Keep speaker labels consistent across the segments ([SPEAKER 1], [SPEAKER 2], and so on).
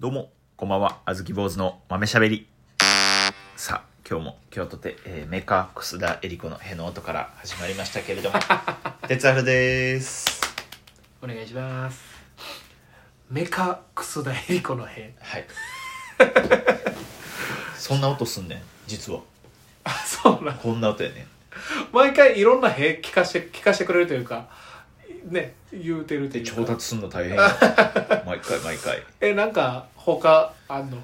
[SPEAKER 1] どうも、こんばんは。あずき坊主の豆しゃべり。さあ、今日も京都で、えーメーカー楠田絵理子のへの音から始まりましたけれ ども、哲春です。
[SPEAKER 2] お願いしますメカクソダエリコの辺
[SPEAKER 1] はい。そんな音すんねん、実は。
[SPEAKER 2] あそうなん
[SPEAKER 1] こんな音やねん。
[SPEAKER 2] 毎回いろんな辺聞かして聞かしてくれるというかね言うてると
[SPEAKER 1] で、
[SPEAKER 2] いうか
[SPEAKER 1] 調達すんの大変よ 毎回毎回。
[SPEAKER 2] えなんか他あ んの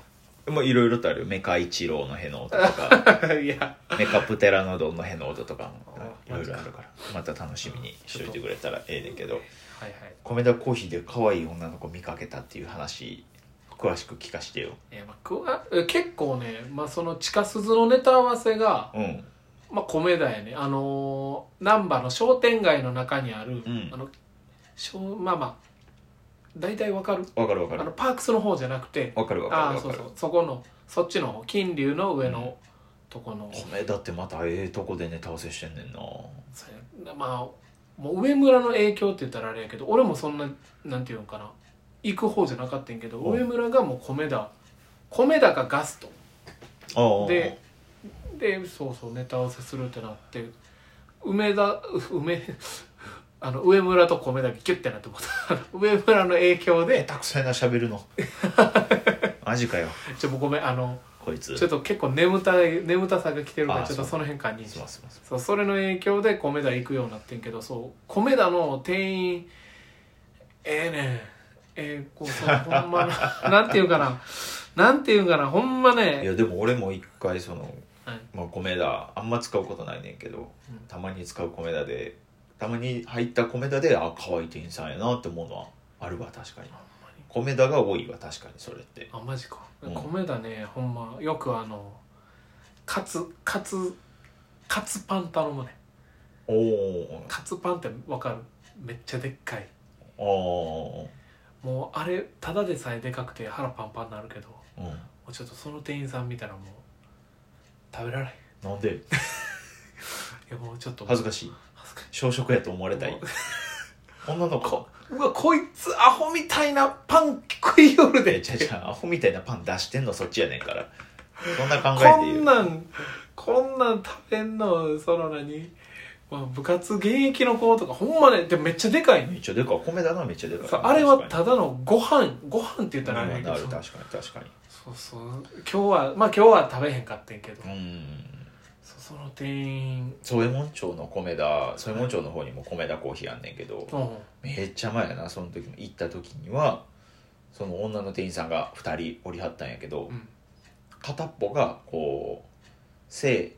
[SPEAKER 1] もういろいろとあるよ。メカイチローのへの音と か、
[SPEAKER 2] いや
[SPEAKER 1] メカプテラノドンのへの音とかも
[SPEAKER 2] あ、
[SPEAKER 1] いろいろあるから、また楽しみにしといてくれたらええねんけど。
[SPEAKER 2] はいはい
[SPEAKER 1] 米田コーヒーで可愛い女の子見かけたっていう話詳しく聞かしてよ
[SPEAKER 2] えまあくわえ結構ね、まあ、その地下鈴のネタ合わせが、
[SPEAKER 1] うん
[SPEAKER 2] まあ、米田やねあのー難波の商店街の中にある、
[SPEAKER 1] ん
[SPEAKER 2] あのしょうまあまあ大体わかる
[SPEAKER 1] わかるわか
[SPEAKER 2] あ
[SPEAKER 1] る
[SPEAKER 2] のパークスの方じゃなくて
[SPEAKER 1] わかるわか
[SPEAKER 2] あ
[SPEAKER 1] るわ
[SPEAKER 2] あそ
[SPEAKER 1] か
[SPEAKER 2] う
[SPEAKER 1] る
[SPEAKER 2] そうそこのそっちの金龍の上のとこの、
[SPEAKER 1] 米田ってまたええとこでネタ合わせしてんねんな
[SPEAKER 2] そうやまあもう上村の影響って言ったらあれやけど俺もそんななんていうんかな行く方じゃなかったんやけど
[SPEAKER 1] うん
[SPEAKER 2] 上村がもう米田米田がガスト
[SPEAKER 1] ああ
[SPEAKER 2] ででそうそうネタ合わせするってなって梅田 梅あの上村と米田がキュッてなってもうた 上村の影響で
[SPEAKER 1] たくさんな喋る のマジかよ
[SPEAKER 2] ちょもうごめんあの
[SPEAKER 1] こいつ
[SPEAKER 2] ちょっと結構眠たい眠たさが来てるか
[SPEAKER 1] あ
[SPEAKER 2] らちょっと
[SPEAKER 1] そう
[SPEAKER 2] その辺感じ
[SPEAKER 1] すいませんすいません
[SPEAKER 2] そうそれの影響で米田行くようになってんけどそう米田の店員ええねんええこうそうほんまな なんていうかななんていうかなほんま
[SPEAKER 1] い
[SPEAKER 2] ね
[SPEAKER 1] やでも俺も一回その、
[SPEAKER 2] はい
[SPEAKER 1] まあ、米田あんま使うことないねんけど、
[SPEAKER 2] うん
[SPEAKER 1] たまに使う米田でたまに入った米田であ可愛い店員さんやなって思うのはあるわ確かに
[SPEAKER 2] ほんまに
[SPEAKER 1] 米田が多いわ確かにそれって
[SPEAKER 2] あマジか、
[SPEAKER 1] うん
[SPEAKER 2] 米田ねほんまよくあのカツカツカツパン頼むね
[SPEAKER 1] おお
[SPEAKER 2] カツパンってわかるめっちゃでっかい
[SPEAKER 1] あ
[SPEAKER 2] もうあれただでさえでかくて腹パンパンになるけども
[SPEAKER 1] あ、うん、
[SPEAKER 2] うちょっとその店員さん見たらもう食べられない
[SPEAKER 1] なんで
[SPEAKER 2] いやもうちょっと
[SPEAKER 1] 恥ずかしい
[SPEAKER 2] 恥ずかしい
[SPEAKER 1] 小食やと思われたい女の子
[SPEAKER 2] うわこいつアホみたいなパン食いよる
[SPEAKER 1] え
[SPEAKER 2] で
[SPEAKER 1] ちゃちゃアホみたいなパン出してんのそっちやねんからそんな考
[SPEAKER 2] こ
[SPEAKER 1] えで言
[SPEAKER 2] ん
[SPEAKER 1] う
[SPEAKER 2] なんこんなん食べんのその何、まあ、部活現役の子とかほんまねでもめっちゃでかいね
[SPEAKER 1] めっちゃでかい米だなめっちゃでかい
[SPEAKER 2] そうあれは
[SPEAKER 1] 確か
[SPEAKER 2] ただのご飯ご飯って言ったらあ
[SPEAKER 1] に
[SPEAKER 2] れや
[SPEAKER 1] う
[SPEAKER 2] け
[SPEAKER 1] ん
[SPEAKER 2] ど
[SPEAKER 1] なる
[SPEAKER 2] そう
[SPEAKER 1] 確かに確か
[SPEAKER 2] そうそう今日はまあ今日は食べへんかってんけど、
[SPEAKER 1] にうん
[SPEAKER 2] そうその店員
[SPEAKER 1] 宗右衛門町の米田宗右衛門町の方にも米田コーヒーあんねんけど
[SPEAKER 2] うん
[SPEAKER 1] めっちゃ前やなその時も行った時にはその女の店員さんが2人おりはったんやけど、
[SPEAKER 2] うん
[SPEAKER 1] 片っぽがこう背、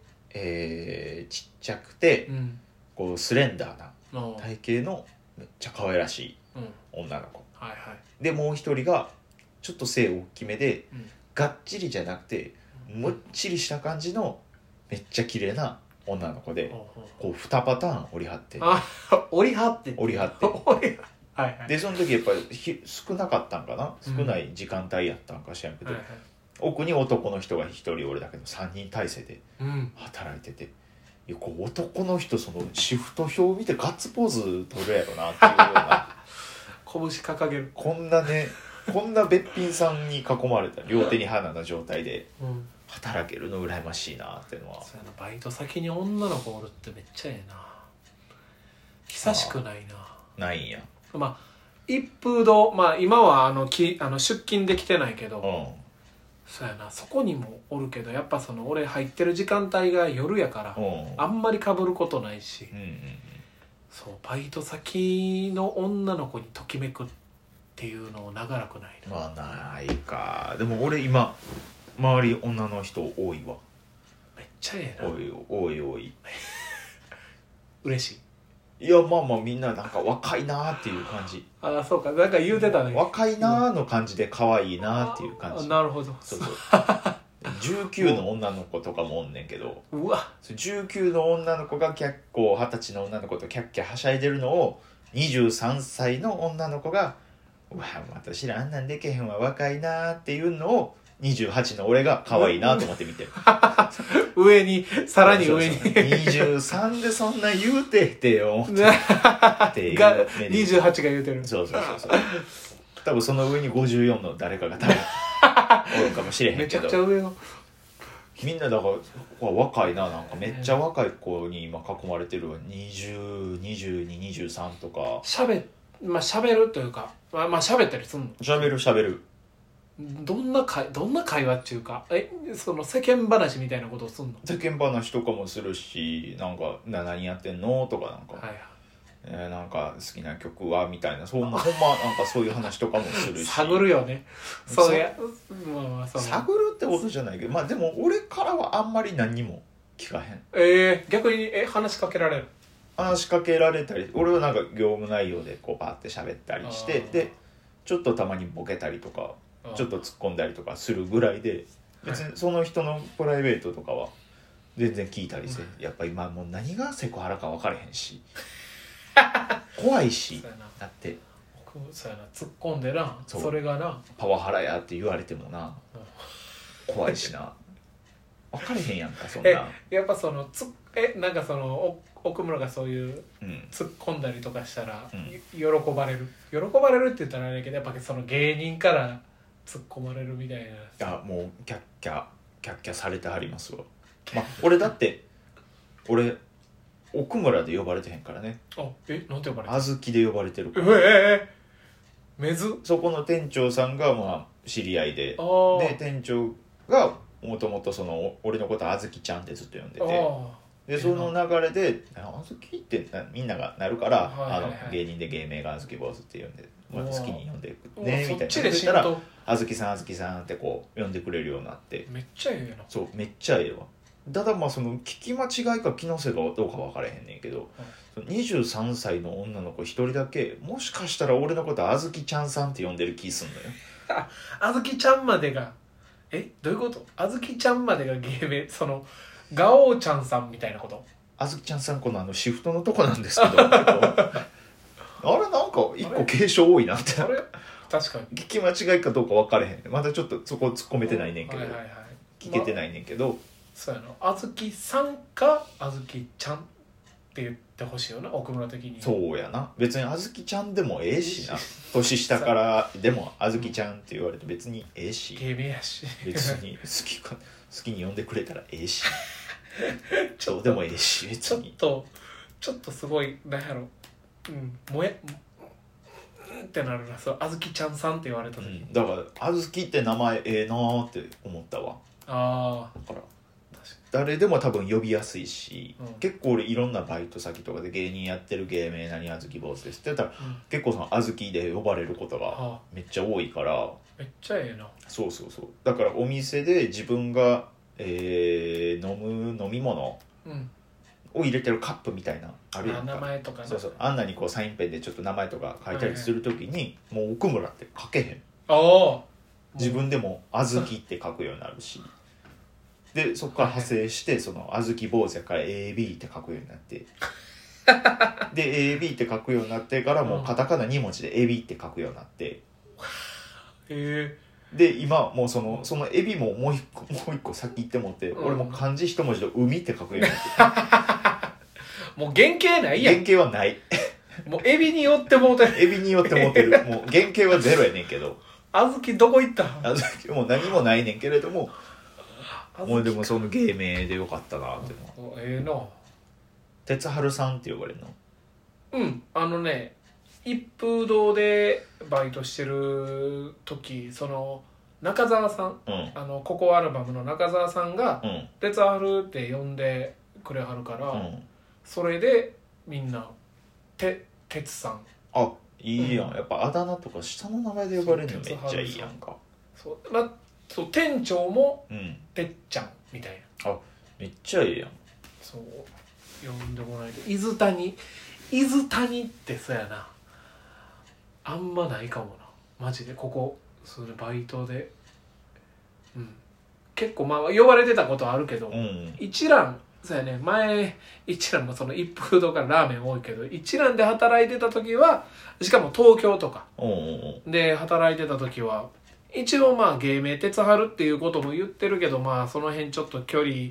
[SPEAKER 1] えーちっちゃくて
[SPEAKER 2] うん
[SPEAKER 1] こうスレンダーな
[SPEAKER 2] の、
[SPEAKER 1] 体型のめっちゃ可愛らしい
[SPEAKER 2] うん
[SPEAKER 1] 女の子
[SPEAKER 2] はいはい
[SPEAKER 1] でもう一人がちょっと背大きめで、
[SPEAKER 2] うん
[SPEAKER 1] がっちりじゃなくてむっちりした感じのめっちゃ綺麗な女の子で
[SPEAKER 2] ほうほう
[SPEAKER 1] こう2パターン折り張って
[SPEAKER 2] あ 折り張って
[SPEAKER 1] 折り張って
[SPEAKER 2] 折り張はいはい
[SPEAKER 1] でその時やっぱりひ少なかったんかな少ない時間帯やったんか知らんけ
[SPEAKER 2] は
[SPEAKER 1] ど、
[SPEAKER 2] いはい
[SPEAKER 1] 奥に男の人が1人おるだけど3人体制で
[SPEAKER 2] うん
[SPEAKER 1] 働いてていやこう男の人そのシフト表を見てガッツポーズ取るやろなっていうような
[SPEAKER 2] 拳掲げる、
[SPEAKER 1] こんなねこんなべっぴんさんに囲まれた両手に花の状態で
[SPEAKER 2] うん、
[SPEAKER 1] 働けるの羨ましいなっていうのは
[SPEAKER 2] そうやなバイト先に女の子おるってめっちゃええな久しくないな
[SPEAKER 1] ないんや
[SPEAKER 2] まあ一風堂まあ今はあのきあの出勤できてないけど、
[SPEAKER 1] うん
[SPEAKER 2] そうやなそこにもおるけどやっぱその俺入ってる時間帯が夜やから、
[SPEAKER 1] うん
[SPEAKER 2] あんまりかぶることないし、
[SPEAKER 1] うんうん
[SPEAKER 2] そうバイト先の女の子にときめくっていうのを長らくないな、
[SPEAKER 1] まあないかでも俺今周り女の人多いわ
[SPEAKER 2] めっちゃええな
[SPEAKER 1] 多い多い多い
[SPEAKER 2] 嬉しい
[SPEAKER 1] いやまあまあみんななんか若いなーっていう感じ
[SPEAKER 2] ああそうかなんか言うてたね
[SPEAKER 1] 若いなーの感じで可愛いなーっていう感
[SPEAKER 2] あ
[SPEAKER 1] じ
[SPEAKER 2] なるほど
[SPEAKER 1] そうそう19の女の子とかもおんねんけど
[SPEAKER 2] うわ
[SPEAKER 1] そう19の女の子が結構二十歳の女の子とキャッキャはしゃいでるのを23歳の女の子が「うわ私らあんなんでけへんわ若いな」っていうのを28の俺が可愛いなと思って見 てる
[SPEAKER 2] 上にさらに上に
[SPEAKER 1] そうそう23でそんな言うてってよっていう
[SPEAKER 2] が
[SPEAKER 1] 目に
[SPEAKER 2] 28が言うてる
[SPEAKER 1] そうそうそうそう多分その上に54の誰かが多分おるかもしれへ
[SPEAKER 2] め
[SPEAKER 1] ん
[SPEAKER 2] ち
[SPEAKER 1] け
[SPEAKER 2] ゃく
[SPEAKER 1] ど
[SPEAKER 2] ちゃ上の
[SPEAKER 1] みんなだからうわ若いななんかめっちゃ若い子に今囲まれてるわ202223とか
[SPEAKER 2] 喋まあ喋るというかまあまあ喋ったりすんの
[SPEAKER 1] 喋る喋る
[SPEAKER 2] どんな会どんな会話っていうかえその世間話みたいなことをすんの
[SPEAKER 1] 世間話とかもするしなんか「な何やってんの?」とかなんか、
[SPEAKER 2] はいはい
[SPEAKER 1] えーなんか好きな曲は?」みたいなそんなほんまなんかそういう話とかもするし
[SPEAKER 2] 探るよね
[SPEAKER 1] そう
[SPEAKER 2] そうやまあまあその
[SPEAKER 1] 探るってことじゃないけどまあでも俺からはあんまり何にも聞かへん
[SPEAKER 2] えー、逆にえ話しかけられる
[SPEAKER 1] 話しかけられたり俺はなんか業務内容でこうバーって喋ったりして
[SPEAKER 2] あー
[SPEAKER 1] でちょっとたまにボケたりとかちょっと突っ込んだりとかするぐらいで別にその人のプライベートとかは全然聞いたりせんやっぱ今もう何がセクハラか分からへんし怖いし
[SPEAKER 2] そうやな
[SPEAKER 1] だって
[SPEAKER 2] そうやな突っ込んでな
[SPEAKER 1] そ
[SPEAKER 2] そうれがな
[SPEAKER 1] パワハラやって言われてもな
[SPEAKER 2] うん
[SPEAKER 1] 怖いしな分かれへんやんかそん
[SPEAKER 2] え
[SPEAKER 1] な、
[SPEAKER 2] やっぱそのつえなんかそのお奥村がそういう
[SPEAKER 1] うん、
[SPEAKER 2] 突っ込んだりとかしたら、
[SPEAKER 1] うん
[SPEAKER 2] よ喜ばれる喜ばれるって言ったらあれだけどやっぱその芸人から突っ込まれるみたいな
[SPEAKER 1] あもうキャッキャキャッキャされてはりますわまあ俺だって俺奥村で呼ばれてへんからね
[SPEAKER 2] あえなんて呼ばれた
[SPEAKER 1] 小豆で呼ばれてる
[SPEAKER 2] え
[SPEAKER 1] か
[SPEAKER 2] え
[SPEAKER 1] ら
[SPEAKER 2] ええめず
[SPEAKER 1] そこの店長さんがまあ知り合いで
[SPEAKER 2] あ
[SPEAKER 1] で
[SPEAKER 2] ー
[SPEAKER 1] 店長がもともとそのお俺のことあずきちゃんってずっと呼んで
[SPEAKER 2] あ
[SPEAKER 1] て
[SPEAKER 2] ー
[SPEAKER 1] でその流れで「ああずき」ってなみんながなるから、
[SPEAKER 2] はいはいはい
[SPEAKER 1] あの芸人で芸名があずき坊主って呼んで、まあ、
[SPEAKER 2] うわ
[SPEAKER 1] 好きに呼んでいく
[SPEAKER 2] うわ
[SPEAKER 1] ね
[SPEAKER 2] そ
[SPEAKER 1] みた
[SPEAKER 2] っ
[SPEAKER 1] い
[SPEAKER 2] ち
[SPEAKER 1] な
[SPEAKER 2] で
[SPEAKER 1] そし
[SPEAKER 2] 浸
[SPEAKER 1] たら
[SPEAKER 2] 透
[SPEAKER 1] 「あずきさんあずきさん」ってこう呼んでくれるようになって
[SPEAKER 2] めっちゃええな
[SPEAKER 1] そうめっちゃええわただまあその聞き間違いか気のせいかどうか分からへんねんけど、その23歳の女の子一人だけもしかしたら俺のことあずきちゃんさんって呼んでる気すんのよ
[SPEAKER 2] あずきちゃんまでがえどういうことあずきちゃんまでが芸名そのガオちゃんさんみたいなこと
[SPEAKER 1] あずきちゃんさんこのあのシフトのとこなんですけど あれなんか一個継承多いなって
[SPEAKER 2] あれ確かに
[SPEAKER 1] 聞き間違いかどうか分からへんまだちょっとそこ突っ込めてないねんけど、
[SPEAKER 2] はいはいはい、
[SPEAKER 1] 聞けて
[SPEAKER 2] い、
[SPEAKER 1] ないねんけど、
[SPEAKER 2] そうやなあずきさんかあずきちゃんって言ってほしいよな奥村的に
[SPEAKER 1] そうやな別にあずきちゃんでもええ しな年下からでもあずきちゃんって言われて別にええし
[SPEAKER 2] 芸名やし
[SPEAKER 1] 別 に好きか好きに呼んでくれたらええしどうでもええし
[SPEAKER 2] ち
[SPEAKER 1] 別
[SPEAKER 2] ょっ
[SPEAKER 1] に
[SPEAKER 2] とちょっとすごいなんやろうんもやうんってなるなそうあずきちゃんさんって言われた
[SPEAKER 1] う
[SPEAKER 2] 時、
[SPEAKER 1] ん、だからあずきって名前ええなーって思ったわ
[SPEAKER 2] ああ
[SPEAKER 1] だから
[SPEAKER 2] 確か
[SPEAKER 1] 誰でも多分呼びやすいし、
[SPEAKER 2] うん
[SPEAKER 1] 結構俺いろんなバイト先とかで芸人やってる芸名何あずき坊主ですって言ったら
[SPEAKER 2] に、うん、
[SPEAKER 1] 結構そのあずきで呼ばれることが
[SPEAKER 2] あ
[SPEAKER 1] めっちゃ多いから
[SPEAKER 2] ーめっちゃええな
[SPEAKER 1] そうそうそうだからお店で自分が、えー飲む飲み物
[SPEAKER 2] うん
[SPEAKER 1] を入れてるカップみたいなあるや
[SPEAKER 2] あ
[SPEAKER 1] んか
[SPEAKER 2] 名前とかな
[SPEAKER 1] そうそうあんなにこうサインペンでちょっと名前とか書いたりするときに、もう奥村って書けへん
[SPEAKER 2] ああ
[SPEAKER 1] 自分でも「あずき」って書くようになるしでそこから派生して「そのあずき坊主」やから「AB」って書くようになって で「AB」って書くようになってからもうカタカナ2文字で「エビ」って書くようになって
[SPEAKER 2] え
[SPEAKER 1] で今もうそのその「エビ」ももう一個もう一個先行ってもって、
[SPEAKER 2] うん
[SPEAKER 1] 俺も漢字一文字で「海」って書くようになって
[SPEAKER 2] ー、もう原型ないや
[SPEAKER 1] 原
[SPEAKER 2] ん
[SPEAKER 1] 型はない
[SPEAKER 2] もうエビによってもうてる
[SPEAKER 1] エビによって持ってるもう原型はゼロやねんけど
[SPEAKER 2] あずきどこ行った
[SPEAKER 1] あずきもう何もないねんけれども
[SPEAKER 2] あずき
[SPEAKER 1] もうでもその芸名でよかったなって思う
[SPEAKER 2] おええな
[SPEAKER 1] 哲春さんって呼ばれるの
[SPEAKER 2] うんあのね一風堂でバイトしてる時その中澤さん
[SPEAKER 1] うん
[SPEAKER 2] あのココアルバムの中澤さんが
[SPEAKER 1] うん
[SPEAKER 2] 「哲ハル」って呼んでくれはるから、
[SPEAKER 1] うん
[SPEAKER 2] それでみんな「て哲さん
[SPEAKER 1] あいいやんやっぱあだ名とか下の名前で呼ばれるのめっちゃいいやんか」
[SPEAKER 2] そう,、ま、そう店長も
[SPEAKER 1] うん
[SPEAKER 2] 「てっちゃん」みたいな
[SPEAKER 1] めっちゃいいやん
[SPEAKER 2] そう呼んでもらえて伊豆谷伊豆谷ってそうやなあんまないかもなマジでここそれバイトでうん結構まあ呼ばれてたことはあるけど、
[SPEAKER 1] うん
[SPEAKER 2] 一蘭そうやね前一蘭もその一風堂からラーメン多いけど一蘭で働いてた時はしかも東京とか
[SPEAKER 1] うんうん
[SPEAKER 2] で働いてた時は一応まあ芸名鉄春っていうことも言ってるけどまあその辺ちょっと距離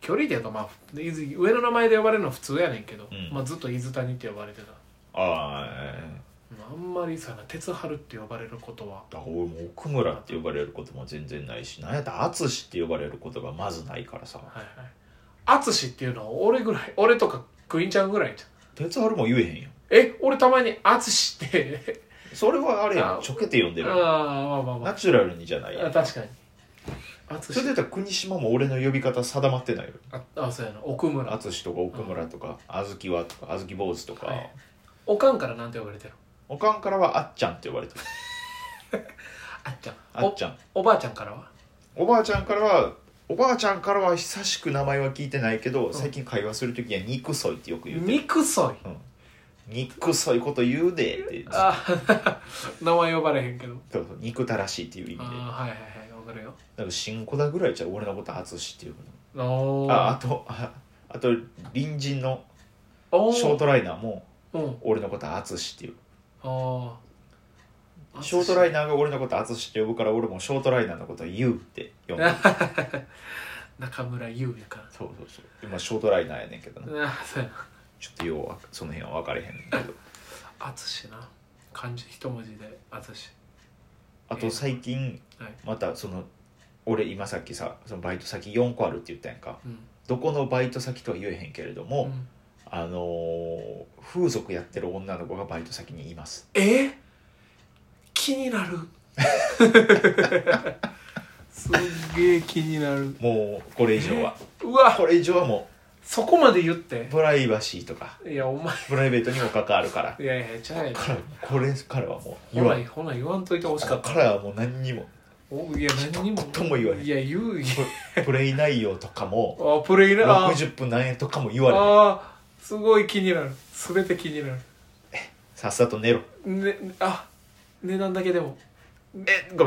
[SPEAKER 2] 距離でいうかまあ伊豆上の名前で呼ばれるのは普通やねんけど、
[SPEAKER 1] うん
[SPEAKER 2] まあずっと伊豆谷って呼ばれてた
[SPEAKER 1] ああ
[SPEAKER 2] まあんまりさな鉄春って呼ばれることは
[SPEAKER 1] だから俺も奥村って呼ばれることも全然ないしなんやったら淳って呼ばれることがまずないからさ
[SPEAKER 2] はいはい淳っていうのは俺ぐらい俺とかクインちゃんぐらいじゃん
[SPEAKER 1] 哲春も言えへんよ
[SPEAKER 2] え俺たまに淳って
[SPEAKER 1] それはあれや
[SPEAKER 2] あ
[SPEAKER 1] んちょけて呼んでる
[SPEAKER 2] ああまあまあま
[SPEAKER 1] ナチュラルにじゃない
[SPEAKER 2] あ
[SPEAKER 1] や
[SPEAKER 2] あ
[SPEAKER 1] ん
[SPEAKER 2] 確かに淳
[SPEAKER 1] それで言ったら国島も俺の呼び方定まってないよ
[SPEAKER 2] ああそうやな奥村
[SPEAKER 1] 淳とか奥村とか小豆はとか小豆坊主とか、
[SPEAKER 2] はいおかんからなんて呼ばれてる
[SPEAKER 1] おかんからはあっちゃんって呼ばれてる
[SPEAKER 2] あっちゃん
[SPEAKER 1] あっちゃん
[SPEAKER 2] おおばあちゃんからは
[SPEAKER 1] おばあちゃんからはおばあちゃんからは久しく名前は聞いてないけど、
[SPEAKER 2] ん
[SPEAKER 1] 最近会話する時は「肉そい」ってよく言うてる
[SPEAKER 2] 肉そい
[SPEAKER 1] 「肉そいこと言うで」って
[SPEAKER 2] あ 名前呼ばれへんけど
[SPEAKER 1] そうそう肉たらしいっていう意味でだ
[SPEAKER 2] あ
[SPEAKER 1] か
[SPEAKER 2] あはいはいはいわかるよ
[SPEAKER 1] ら新子だぐらいじゃう俺のこと淳っていう
[SPEAKER 2] おー
[SPEAKER 1] ああとああと隣人の
[SPEAKER 2] お
[SPEAKER 1] ショートライナーも
[SPEAKER 2] トうん
[SPEAKER 1] 俺のこと淳っていう
[SPEAKER 2] ああ
[SPEAKER 1] ショートラ
[SPEAKER 2] イ
[SPEAKER 1] イナーが俺のこと淳って呼ぶから俺もショートライナーのことを言うって呼んでる
[SPEAKER 2] ー 中村優やから
[SPEAKER 1] そうそうそう今ショートライナーやねんけどな
[SPEAKER 2] ああそうやな
[SPEAKER 1] ちょっとようわその辺は分かれへんけど
[SPEAKER 2] 淳な漢字一文字で淳
[SPEAKER 1] あと最近
[SPEAKER 2] はい
[SPEAKER 1] またその俺今さっきさそのバイト先4個あるって言ったやんか
[SPEAKER 2] うん
[SPEAKER 1] どこのバイト先とは言えへんけれども、
[SPEAKER 2] うん
[SPEAKER 1] あのー風俗やってる女の子がバイト先にいます
[SPEAKER 2] え気になる すっげえ気になる
[SPEAKER 1] もうこれ以上は
[SPEAKER 2] うわ
[SPEAKER 1] これ以上はも
[SPEAKER 2] そこまで言って
[SPEAKER 1] うプライバシーとか
[SPEAKER 2] いやお前
[SPEAKER 1] プライベートにも関わるから
[SPEAKER 2] いやいやちゃうやん
[SPEAKER 1] からこれからはもう
[SPEAKER 2] ほ
[SPEAKER 1] 言わ
[SPEAKER 2] ら
[SPEAKER 1] ん
[SPEAKER 2] ほら言わんといてほしか
[SPEAKER 1] こ
[SPEAKER 2] っ
[SPEAKER 1] こ
[SPEAKER 2] た
[SPEAKER 1] からはもう何にも
[SPEAKER 2] おいや何にも
[SPEAKER 1] とも言わへん
[SPEAKER 2] いや言ういや
[SPEAKER 1] プレイ内容とか も
[SPEAKER 2] あプレイなあ
[SPEAKER 1] 60分何円とかも言われへん
[SPEAKER 2] あーすごい気になる全て気にな
[SPEAKER 1] さっさと寝ろ
[SPEAKER 2] るねあ値段だけでも
[SPEAKER 1] えごめんなさい